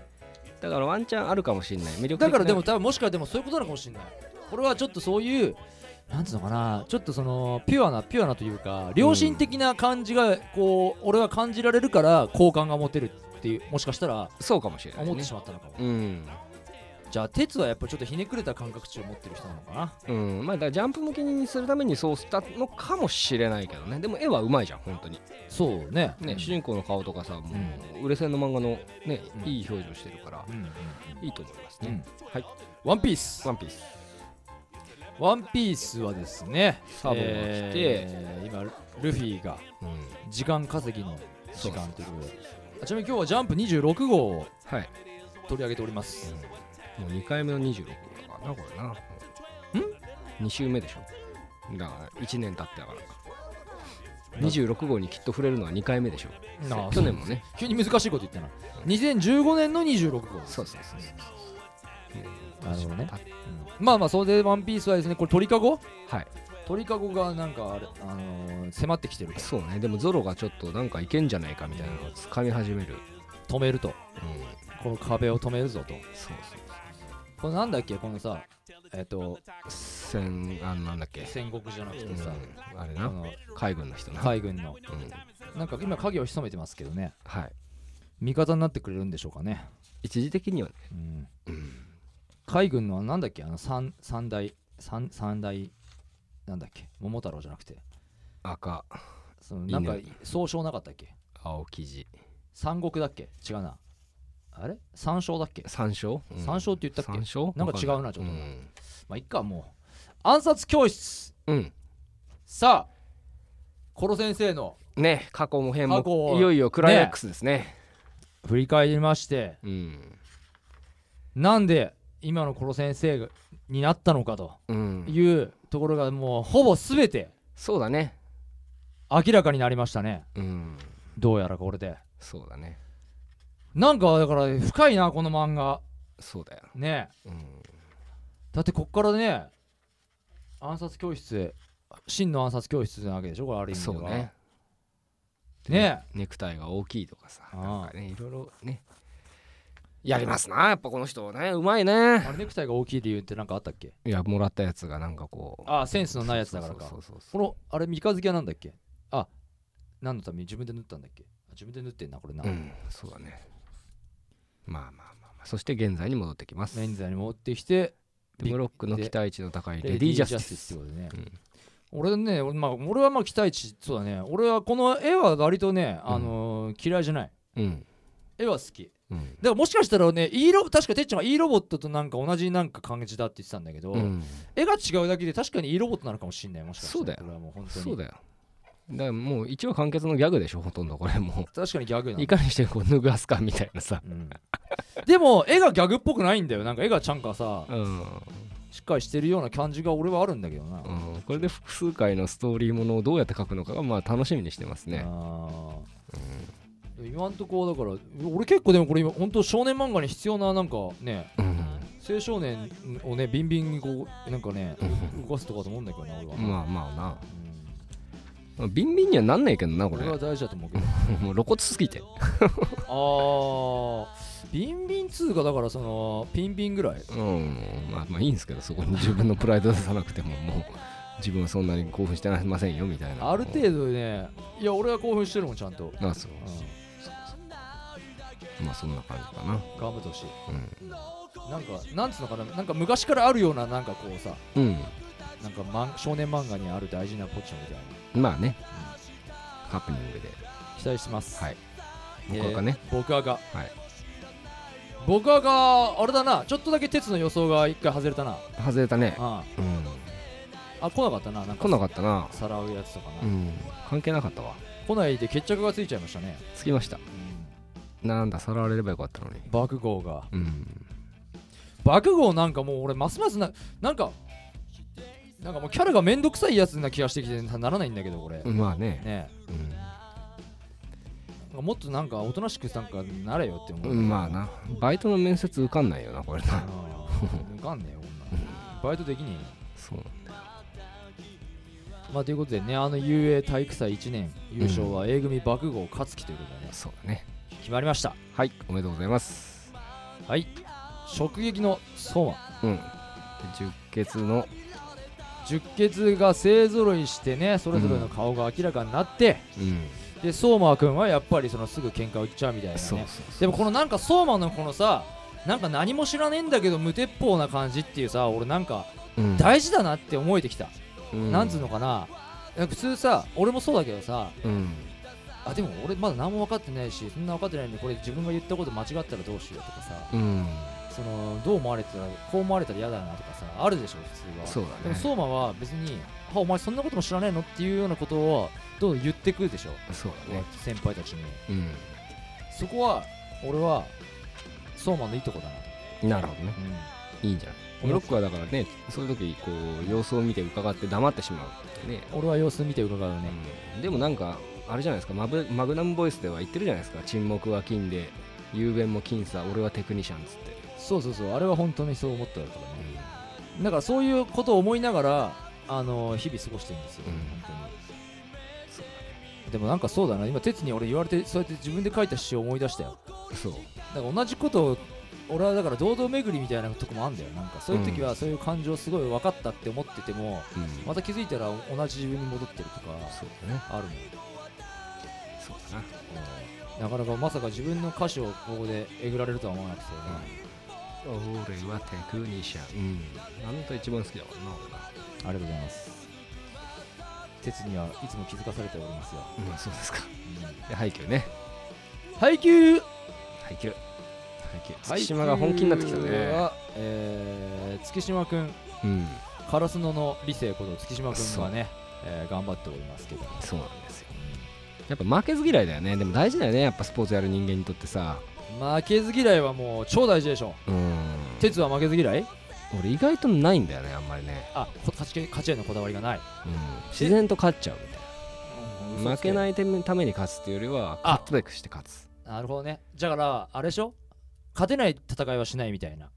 D: だからワンチャンあるかもしれない魅力的
C: だ
D: な
C: からでも多分もしかでもそういうことなのかもしれないこれはちょっとそういうなんつうのかなちょっとそのピュアなピュアなというか良心的な感じがこう俺は感じられるから好感が持てるっていうもしかしたら
D: そうかもしれないね
C: 思ってしまったのかも、
D: うん
C: じゃあ鉄はやっぱちょっとひねくれた感覚値を持ってる人なのかな
D: うんまあだからジャンプ向けにするためにそうしたのかもしれないけどねでも絵はうまいじゃん本当に
C: そうね
D: ね、主人公の顔とかさもう売れ線の漫画のね、
C: うん
D: いい表情してるから
C: うんうん
D: いいと思います
C: う
D: ね
C: ん、
D: はい
C: ワンピース
D: ワンピース
C: ワンピースはですね
D: サボが来て
C: えー今ルフィが
D: うん
C: 時間稼ぎの時
D: そうそう
C: 間ということであちなみに今日はジャンプ26号を
D: はい、
C: 取り上げております
D: もう2回目の26号だからなこれなうん2週目でしょだから1年経ってだから26号にきっと触れるのは2回目でしょ
C: なあ
D: 去年もね
C: 急に難しいこと言ったな2015年の26号
D: そうですね
C: なるほどねまあまあそれで「ワンピースはですねこれ鳥かご
D: はい
C: 鳥かごがなんかあれ、あのー迫ってきてる
D: そうねでもゾロがちょっとなんかいけんじゃないかみたいなのをつかみ始める、
C: 止めると
D: うん、
C: この壁を止めるぞと
D: そうそう
C: これなんだっけこのさえっ、と
D: 戦あのなんだっけ、
C: 戦国じゃなく
D: う
C: てさ、
D: ん、あれ
C: あ
D: な
C: の
D: 海軍の人な、
C: 海軍の
D: うん
C: なんか今影を潜めてますけどね
D: はい、
C: 味方になってくれるんでしょうかね、
D: 一時的にはね
C: うん海軍のなんだっけあの三三大三三大なんだっけ桃太郎じゃなくて
D: 赤
C: そのなんか
D: いいね
C: 総称なかったっけ
D: 青生地
C: 三国だっけ違うなあれ三将だっけ
D: 山椒、うん
C: 三将って言ったっけ
D: 山椒
C: なんか違うな
D: わ
C: ちょっと
D: うん
C: まあいっかもう暗殺教室
D: うん
C: さあコロ先生の
D: ね過去も変も
C: 過去を
D: いよいよクライマックスですね
C: 振り返りまして
D: うん
C: なんで今のコロ先生になったのかと
D: うん
C: いうところがもうほぼ全て
D: そうだね
C: 明らかになりましたね
D: うん
C: どうやらこれで
D: そうだね
C: なんかだから深いなこの漫画
D: そうだよ
C: ねえ
D: うん
C: だってこっからね暗殺教室へ真の暗殺教室なわけでしょこれある意味で
D: そ
C: は
D: うね
C: ね
D: ネクタイが大きいとかさ
C: ああ
D: なんかねいろいろねやりますなやっぱこの人ねうまいね
C: あれネクタイが大きい理由って何かあったっけ
D: いやもらったやつがなんかこう
C: ああセンスのないやつだからか
D: そうそうそうそう
C: このあれ三日月は何だっけあ何のために自分で塗ったんだっけあ自分で塗ってんなこれな、
D: うんそうだねまあまあまあまあそして現在に戻ってきます
C: メンザに持ってきて
D: でブロックの期待値の高いレ
C: レ
D: デ
C: デ
D: ィ
C: ィ
D: ー
C: ー
D: ジ
C: ジ
D: ャ
C: ャ
D: ス
C: ス
D: テ
C: ティスって
D: ィス
C: ことでね、
D: うん
C: 俺ね俺,、まあ、俺はまあ期待値そうだね俺はこの絵は割とね、あのー嫌いじゃない
D: うん
C: 絵は好き
D: うん
C: だからもしかしたらね E ロボ確かてっちゃんが E ロボットとなんか同じなんか感じだって言ってたんだけど、
D: うん
C: 絵が違うだけで確かに E ロボットなのかもしれないもしかしたら
D: そうだよ
C: これはもう本当に
D: そうだよだからもう一話完結のギャグでしょほとんどこれもう
C: 確かにギャグなの
D: いかにしてこう脱がすかみたいなさ、
C: うん、でも絵がギャグっぽくないんだよなんか絵がちゃんかさ
D: うん
C: しっかりしてるような感じが俺はあるんだけどな、
D: うん、これで複数回のストーリーものをどうやって書くのかがまあ楽しみにしてますね
C: あー今んとこはだから俺結構でもこれ今本当少年漫画に必要ななんかね
D: うん
C: 青少年をねビンビンにこうなんかね動かすとかと思うんだけどな俺は、うん
D: まあまあなまあビンビンにはなんないけどなこれ
C: 俺は大事だと思うけど
D: もう露骨すぎて
C: ああビンビン2がだからそのピンビンぐらい
D: うんまあまあいいんですけどそこに自分のプライド出さなくてももう自分はそんなに興奮してませんよみたいな
C: ある程度ねいや俺は興奮してるもんちゃんと、うん
D: 度あそうまあそんな感じかな
C: 頑張ってほしいなんかなんつうのかななんか昔からあるようななんかこうさ
D: うん、
C: なんかマン少年漫画にある大事なポジションみたいな
D: うん、まあねハプニングで
C: 期待してます
D: はい僕はね、
C: えー僕はが
D: はい
C: 僕はがあれだなちょっとだけ鉄の予想が一回外れたな
D: 外れたね
C: あ
D: うん
C: あ来なかったななんか
D: 来なかったな
C: さらうやつとかな、
D: うん関係なかったわ
C: 来ないで決着がついちゃいましたね、
D: 着きましたなんださらわれればよかったのに
C: 爆豪が
D: うん
C: 爆豪なんかもう俺ますますななんかなんかもうキャラがめんどくさいやつな気がしてきてなならないんだけど俺、ね
D: まあね
C: えなんかもっとなんかおとなしくなんかなれよって思う、
D: うん、まあなバイトの面接受かんないよなこれな
C: あーわかんねえよ女バイトできねえよ
D: そう
C: まあということでねあの UA 体育祭1年優勝は A 組爆豪勝樹ということでね、
D: そうだね
C: 決まりました
D: はいおめでとうございます
C: はい直撃の相馬
D: うん十血の
C: 十血が勢ぞろいしてねそれぞれの顔が明らかになって、
D: うん
C: で相馬君はやっぱりそのすぐ喧嘩を売っちゃうみたいな
D: そう
C: ね
D: そうそ
C: で
D: う
C: もこのなんか相馬のこのさなんか何も知らねえんだけど無鉄砲な感じっていうさ俺なんか
D: うん
C: 大事だなって思えてきた、
D: うん
C: なんつうのかななんか普通さ俺もそうだけどさ
D: うん
C: あでも俺まだ何も分かってないしそんな分かってないのにこれ自分が言ったこと間違ったらどうしようとかさ
D: うん
C: そのどう思われてたらこう思われたら嫌だなとかさあるでしょ普通は
D: そう
C: で
D: だ
C: も
D: ね
C: 相馬は別にあお前そんなことも知らないのっていうようなことをどんどん言ってくるでしょ
D: そうだね
C: 先輩たちに
D: う
C: そこは俺は相馬のいいとこだなと、
D: んなるほどね
C: うん
D: いいんじゃない俺ロックはだからねそういう時こう様子を見て伺って黙ってしまうってね、
C: 俺は様子見て伺うね、
D: うんでもなんかあれじゃないですかマブマグナムボイスでは言ってるじゃないですか沈黙は金で雄弁も金さ俺はテクニシャンっつって
C: そうそうそうあれは本当にそう思ったからねだからそういうことを思いながらあの日々過ごしてるんですよ、
D: うん
C: 本当にでもなんかそうだな今哲に俺言われてそうやって自分で書いた詩を思い出したよ
D: そう
C: だから同じことを俺はだから堂々巡りみたいなとこもあんだよなんかそういう時はそういう感情すごい分かったって思ってても、
D: うん
C: また気づいたら同じ自分に戻ってるとか
D: そうだね
C: あるの
D: そうだな
C: なかなかまさか自分の歌詞をここでえぐられるとは思わなくて、ね
D: 俺はテクニシャンうんあの歌一番好きだもんな俺な
C: ありがとうございます鉄にはいつも気づかされておりますよ、
D: うんそうですかで配給ね
C: 配給
D: 配給配給月島が本気になってきたね
C: は、えー、月島くん
D: うん
C: カラスノの理性こと月島くんがね、えー頑張っておりますけど
D: そうなんですよやっぱ負けず嫌いだよねでも大事だよねやっぱスポーツやる人間にとってさ
C: 負けず嫌いはもう超大事でしょ
D: うん
C: 鉄は負けず嫌い
D: 俺意外とないんだよねあんまりね、
C: あこ勝ち勝ちへのこだわりがない、
D: うん、自然と勝っちゃうみたいな負け
C: い
D: ないためために勝つっていうよりは
C: あ
D: カットベックして勝つ
C: なるほどねだからあれでしょ勝てない戦いはしないみたいな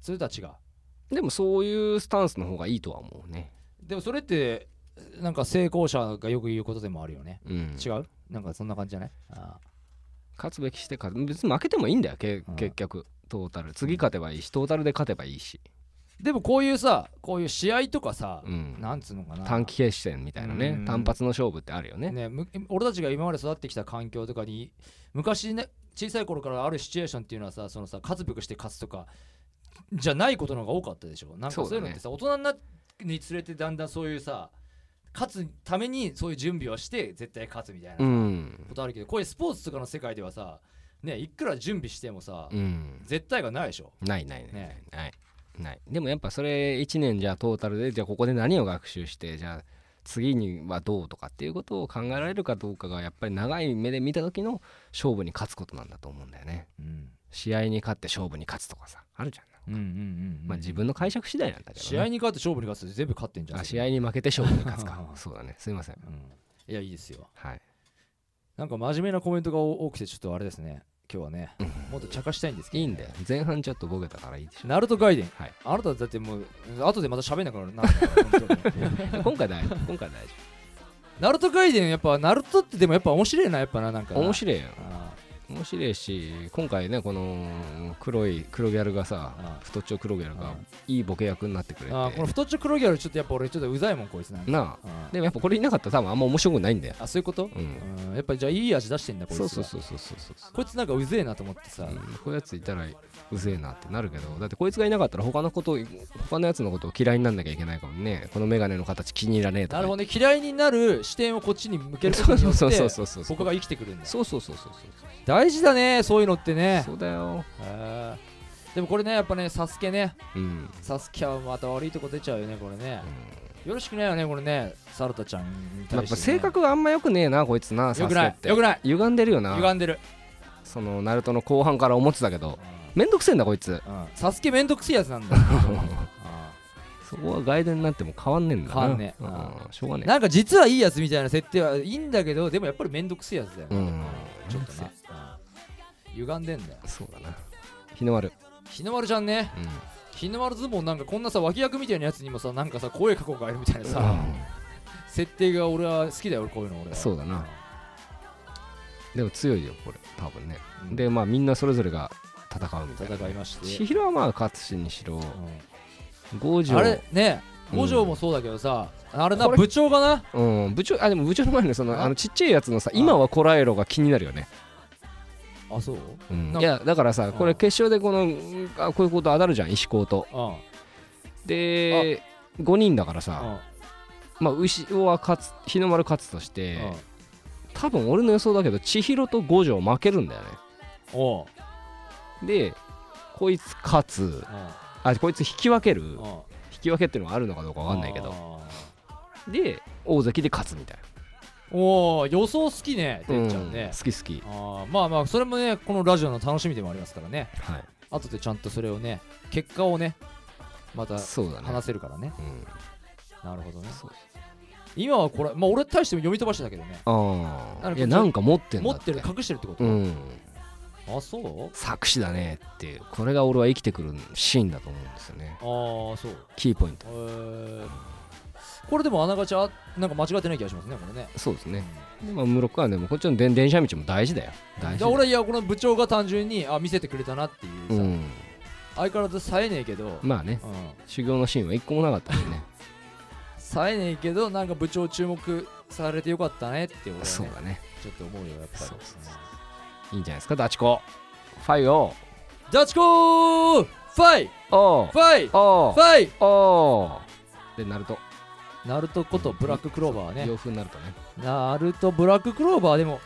C: それとは違う
D: でもそういうスタンスの方がいいとは思うね
C: でもそれってなんか成功者がよく言うことでもあるよね、
D: うん
C: 違うなんかそんな感じじゃないあ
D: 勝つべきして勝つ別に負けてもいいんだよけ
C: うん
D: 結局トータル次勝てばいいしトータルで勝てばいいし、
C: ーでもこういうさこういう試合とかさ、
D: うん、
C: なんつうのかな
D: 短期決戦みたいなね
C: うん
D: 単発の勝負ってあるよね
C: ねむ俺たちが今まで育ってきた環境とかに昔ね小さい頃からあるシチュエーションっていうのはさそのさ勝つべくして勝つとかじゃないことの方が多かったでしょなんかそういうのってさ、大人になるにつれてだんだんそういうさ勝つためにそういう準備をして絶対勝つみたいなさ、
D: うん
C: ことあるけどこういうスポーツとかの世界ではさねいくら準備してもさ、
D: うん
C: 絶対がないでしょ
D: ないないない
C: ね
D: ないないでもやっぱそれ1年じゃあトータルでじゃあここで何を学習してじゃあ次にはどうとかっていうことを考えられるかどうかがやっぱり長い目で見た時の勝負に勝つことなんだと思うんだよね
C: うん
D: 試合に勝って勝負に勝つとかさあるじゃん、
C: うんうんうんうん
D: まあ自分の解釈次第なんだけど、ね、
C: 試合に勝って勝負に勝つと全部勝ってんじゃん
D: あ試合に負けて勝負に勝つ か
C: あ
D: そうだねすいません
C: うんいやいいですよ
D: はい
C: なんか真面目なコメントが多くてちょっとあれです ね今日はねもっと茶化したいんですけ
D: い
C: ど、
D: いんだよ前半ちょっとボケたからいいでしょ
C: ナルトガイデン、
D: はい
C: あなただってもう後でまた喋んなくなるから
D: 今回大丈夫今回大丈
C: ナルトガイデンやっぱナルトってでもやっぱ面白いなやっぱななんか
D: 夫
C: な
D: 面白いよ
C: あ
D: 面白いし今回ねこの黒い黒ギャルがさ
C: あ
D: 太っちょ黒ギャル
C: あ
D: がいいボケ役になってくれ
C: ー
D: て
C: あーこの太っちょ黒ギャルちょっとやっぱ俺ちょっとうざいもんこいつなんか
D: なあ
C: あー
D: でもやっぱこれいなかったら多分あんま面白くないんだよ
C: あそういうこと、
D: うん
C: うんやっぱりじゃあいい味出してんだこいつ
D: そ
C: は
D: うそうそうそうそうそう
C: こいつなんかうぜえなと思ってさ、
D: うんこういうやついたらうぜえなってなるけどだってこいつがいなかったら他のこと他のやつのことを嫌いになんなきゃいけないかもねこの眼鏡の形気に入らねえとか
C: なるほどね嫌いになる視点をこっちに向けることによって
D: そうそうそうそうそう
C: 僕が生きてくるんだ
D: そうそうそうそうそう
C: 大事だねそういうのってね
D: そうだよ
C: へーでもこれねやっぱねサスケね
D: うん
C: サスケはまた悪いとこ出ちゃうよねこれね、よろしくないよねこれねサルタちゃんに
D: や
C: 対
D: っ
C: して、ね、
D: ぱ性格があんま良くねえなこいつな
C: 良
D: サ
C: く
D: ス
C: な
D: ケ
C: い
D: って
C: 良くない
D: 歪んでるよな
C: 歪んでる、
D: そのナルトの後半から思ってたけどめんどくせえんだこいつ
C: うん、サスケめんどくせえやつなんだ よ
D: そこは外伝になっても変わんねえんだな
C: 変わんねえ
D: うん
C: あ
D: しょうがね
C: なんか実はいいやつみたいな設定はいいんだけどでもやっぱりめんどくせえやつだよ
D: えう
C: ね、
D: ん
C: ちょっとね、うん歪んでんだよ
D: そうだな日の丸
C: 日の丸ちゃんね
D: うん
C: 日の丸ズボンなんかこんなさ脇役みたいなやつにもさなんかさ声かこうかいるみたいなさ、設定が俺は好きだよ俺こういうの俺は
D: そうだなでも強いよこれ多分ね
C: うん
D: でまあみんなそれぞれが戦うみたいな
C: 戦いまして、
D: 千尋はまあ勝つしにしろ
C: う
D: 郷
C: ん
D: 城
C: あれね
D: うん
C: 五条もそうだけどさ、あれな
D: これ
C: 部長がな
D: うん部長あでも部長の前のその
C: あ
D: あのちっちゃいやつのさ今はこらえろが気になるよね
C: あそう
D: うん
C: なんか
D: いやだからさこ
C: う
D: れ
C: ん
D: 決勝でこのうんあこういうこと当たるじゃん石高と
C: うん
D: で5人だからさ、
C: う
D: まあ、牛尾は勝つ日の丸勝つとして
C: んうん
D: 多分俺の予想だけど千尋と五条負けるんだよね
C: おう
D: でこいつ勝つ
C: う
D: あこいつ引き分ける
C: んうん
D: 引き分けっていうのがあるのかどうかわかんないけどで大関で勝つみたい
C: おお予想好きね
D: な、
C: てっちゃん
D: うん
C: ね
D: 好き好き
C: あーまあまあそれもねこのラジオの楽しみでもありますからね
D: はい
C: 後でちゃんとそれをね結果をねまた
D: そうだね
C: 話せるからね
D: うん
C: なるほどね
D: そう
C: 今はこれまあ俺対しても読み飛ばしてたけどねな
D: ああ
C: んか
D: いやなんか持ってんだ
C: 持
D: っ
C: っててる隠してるってこと、
D: うん
C: あそう
D: 作詞だねっていうこれが俺は生きてくるシーンだと思うんですよね
C: ああそう
D: キーポイント
C: えーこれでもあながちあなんか間違ってない気がしますねこれね
D: そうですねでまあムロックはねもうこっちの電電車道も大事だよ
C: だ
D: 大
C: か
D: 事だ
C: ら
D: よ
C: 俺はいやこの部長が単純にあ見せてくれたなっていうさ、
D: うん
C: 相変わらず冴えねえけど、うん、
D: まあね修行のシーンは一個もなかったしね
C: 冴えねえけどなんか部長注目されてよかったねって俺はね
D: そうだね
C: ちょっと思うよやっぱり
D: そうそういいんじゃないですかダチコファイオ
C: ジャッジコーファイ
D: お
C: ファイ
D: おお
C: ファイ
D: おおでナルト
C: ナルトことブラッククローバーね
D: 洋風になるとね
C: ナルトブラッククローバーでも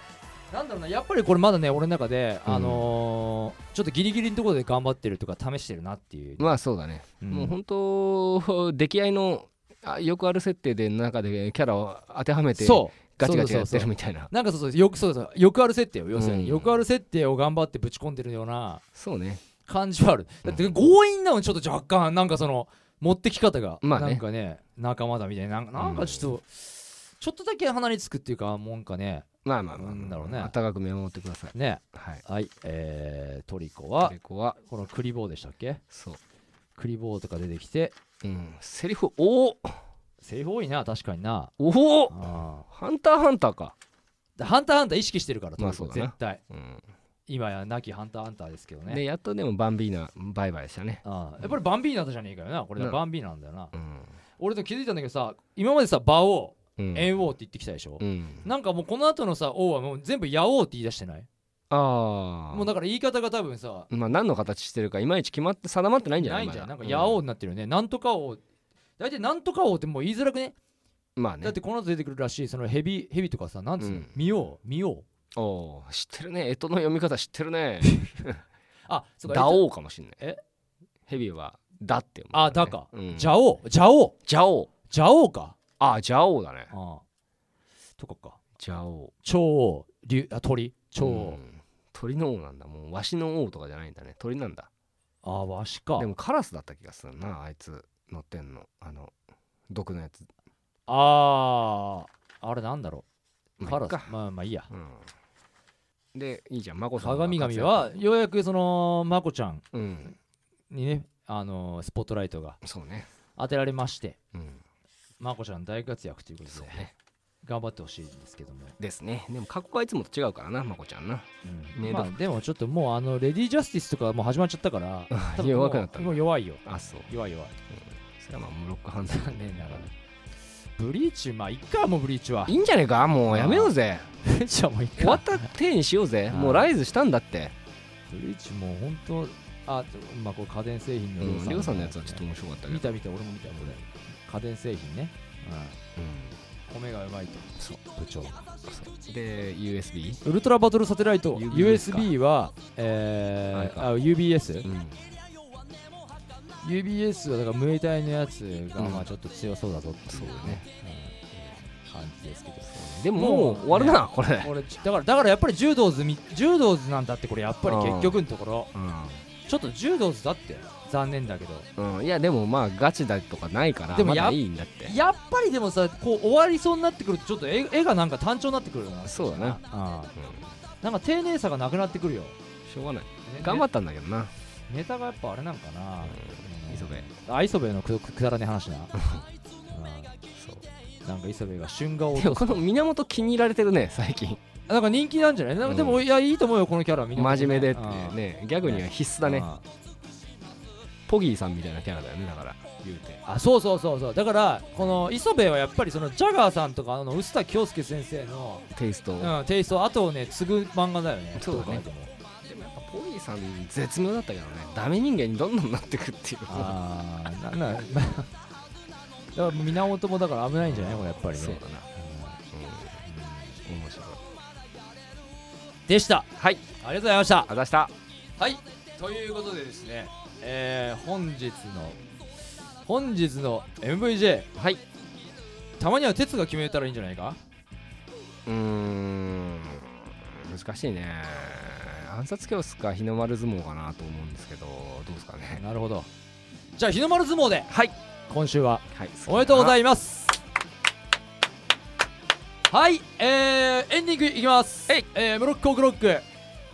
C: なんだろうなやっぱりこれまだね俺の中で、
D: うん
C: あのーちょっとギリギリのところで頑張ってるとか試してるなっていう、
D: まあそうだね
C: うん
D: もう本当出来合いのあよくある設定で中でキャラを当てはめて
C: そう
D: ガチガチやって
C: そうそうそ
D: る
C: う
D: みたいな
C: なんかそうそうよくそうそうよくある設定を要するに、
D: うん
C: よくある設定を頑張ってぶち込んでるような
D: そうね
C: 感じはあるだって強引なのにちょっと若干なんかその持ってき方が、
D: まあね
C: なんかね仲間だみたいななんかなんかちょっと、ちょっとだけ鼻につくっていうかもんかね
D: まあまあま
C: な
D: あ
C: んだろうね
D: 温かく見守ってください
C: ね
D: はい
C: はいえー、トリコは
D: でこは
C: このクリボーでしたっけ
D: そう
C: クリボーとか出てきて
D: うんセリフおお
C: セリフ多いな確かにな
D: おお
C: あ
D: ハンターハンターか
C: ーハンターハンター意識してるから、
D: まあ
C: トリコ
D: そうだな
C: 絶対
D: うん
C: 今や亡きハンターハンターですけどね
D: でやっとでもバンビーナバイバイしたね
C: あーやっぱりバンビーナとじゃねえかよなこれ
D: な
C: バンビーナなんだよな、
D: うん
C: 俺と気づいたんだけどさ今までさ馬王
D: うん
C: 猿王って言ってきたでしょ、
D: うん
C: なんかもうこの後のさ王はもう全部ヤオウって言い出してない
D: ああ
C: もうだから言い方が多分さ
D: まあ何の形してるかいまいち決まって定まってないんじゃな
C: ないいんじゃんな
D: ま
C: ん
D: だ
C: かヤオウになってるよね、なんとか王大体なんとか王ってもう言いづらくね
D: うんまあね
C: だってこの後出てくるらしいそのヘビヘビとかさなんつうの、
D: うん
C: 見よう見よう
D: おお知ってるね干支の読み方知ってる ね
C: あそうか
D: ダオウかもしんない
C: え
D: ヘビはダって読む
C: あだか
D: うん
C: ジャオウジャオウ
D: ジャオウ
C: ジャオウか
D: あジャオウだね
C: ああとかか
D: ジャオウ
C: 蝶王竜あ鳥蝶王、
D: うん鳥の王なんだもうワシの王とかじゃないんだね鳥なんだ
C: ああわしか
D: でもカラスだった気がするなあいつ乗ってんのあの毒のやつ
C: あああれなんだろう
D: まあ
C: カ
D: い
C: ラ
D: っ
C: ス
D: か
C: まあまあいいや
D: うんでいいじゃん眞子さんが
C: 鏡々
D: 活躍
C: はようやくそのまこちゃん
D: うん
C: にねあのースポットライトが
D: そうね
C: 当てられまして
D: うん
C: まこちゃん大活躍ということ
D: そう
C: で
D: ね
C: 頑張ってほしいんですけども、
D: ですねでも過去はいつもと違うからな眞子ちゃんな
C: うん
D: ね
C: まあでもちょっともうあのレディージャスティスとかもう始まっちゃった から
D: あ
C: 多分
D: 弱くなったんだ
C: もうもう弱いよ
D: あそう
C: 弱い弱い
D: それはまあムロック犯罪
C: 残念ながらブリーチまあいっかもうブリーチはい
D: いんじゃねえかもうやめようぜ
C: ブ リーチはもういっ
D: 終わった体にしようぜ
C: あー
D: もうライズしたんだって
C: ブリーチもう本当あちょまあこう家電製品の
D: うんりょうさんのやつはちょっと面白かったけ
C: 見
D: ど
C: た見た俺も見たこれ家電製品ね、うん、米がうまいと
D: そう
C: 部長
D: うんで USB
C: ウルトラバトルサテライト
D: UBS か
C: USB は、え
D: あれ
C: ー、
D: か
C: あ UBS
D: う、ん
C: UBS はだからムエタイのやつが、
D: うん
C: まあちょっと強そうだぞっていう
D: そうだね
C: うん感じですけど
D: でも
C: も
D: も
C: う
D: う終わるなこれ
C: これ だからだからやっぱり柔道図み柔道図なんだってこれやっぱり結局のところ
D: う
C: ちょっと柔道図だって残念だけど
D: んうんいやでもまあガチだとかないから
C: で
D: で
C: も
D: も
C: や
D: まだいいんだって
C: やっぱりでもさこう終わりそうになってくるとちょっと絵絵がなんか単調になってくるよな
D: そうだな
C: ああ
D: うん
C: なんか丁寧さがなくなってくるよ、ね
D: しょうがない頑張
C: ね
D: ったんだけどな
C: ネタがやっぱあれなんかな、うん
D: 磯部
C: あ磯部のくくだらねえ話な、
D: そう
C: うんなんか磯部が旬顔を落
D: で
C: と
D: も
C: す
D: この源気に入られてるね最近
C: あなんか人気なんじゃないなんかでも、
D: う
C: いやいいと思うよこのキャラみんな
D: 真面目でって
C: ああ
D: ねギャグには必須だね
C: ああ
D: ポギーさんみたいなキャラだよねだから言うて
C: あそうそうそうそうだからこの磯部はやっぱりそのジャガーさんとかあの臼田恭介先生の、
D: テイスト
C: うん、テイストを後をね継ぐ漫画だよね
D: そうだね
C: ど考えても
D: でもやっぱポギーさん絶妙だったけどねダメ人間にどんどんなってくっていう
C: ああ なんなんだから源もだから危ないんじゃないこれやっぱりね
D: そうだなうん面白い
C: でした
D: はい
C: ありがとうございました
D: あざした
C: はいということでですねえー、本日の本日の MVJ
D: はい
C: たまには哲が決めたらいいんじゃないか
D: うーん難しいね暗殺教室か日の丸相撲かなと思うんですけどどうですかね
C: なるほどじゃあ日の丸相撲で
D: はい
C: 今週は
D: はい
C: おめでとうござ
D: い
C: いますはいえー、エンディングいきますええー、ブロックオクロック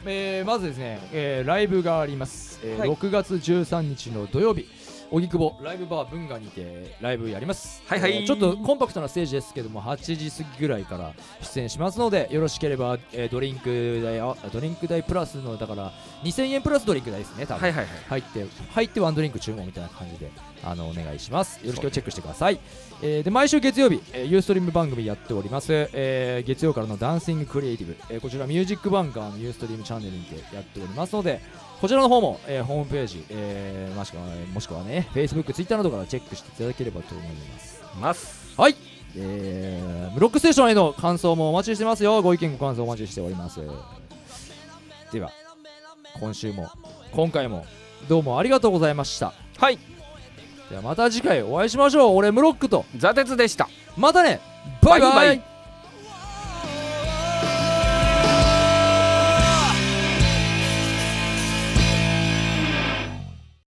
C: えー、まずですね、えー、ライブがあります、えー
D: はい
C: 6月13日の土曜日荻窪ライブバー文化にてライブやります
D: はいはい
C: えーちょっとコンパクトなステージですけども8時過ぎぐらいから出演しますのでよろしければ、えードリンク代あドリンク代プラスのだから2000円プラスドリンク代ですね多分
D: はいはいは
C: 入
D: い
C: って入ってワンドリンク注文みたいな感じであのお願いしますよろしくチェックしてください、えーで毎週月曜日、えー、ユーストリーム番組やっております、えー月曜からのダンシングクリエイティブ、えーこちらミュージックバンカーのユーストリームチャンネルにてやっておりますのでこちらの方も、えーホームページ、えーもしくはもしくはね Facebook、Twitter などからチェックしていただければと思います
D: ます
C: はいえー、ブロックステーションへの感想もお待ちしてますよご意見ご感想お待ちしておりますでは今週も今回もどうもありがとうございました
D: はい
C: ではまた次回お会いしましょう俺ムロックと
D: 座鉄でした
C: またねバイバイ
D: バイバイ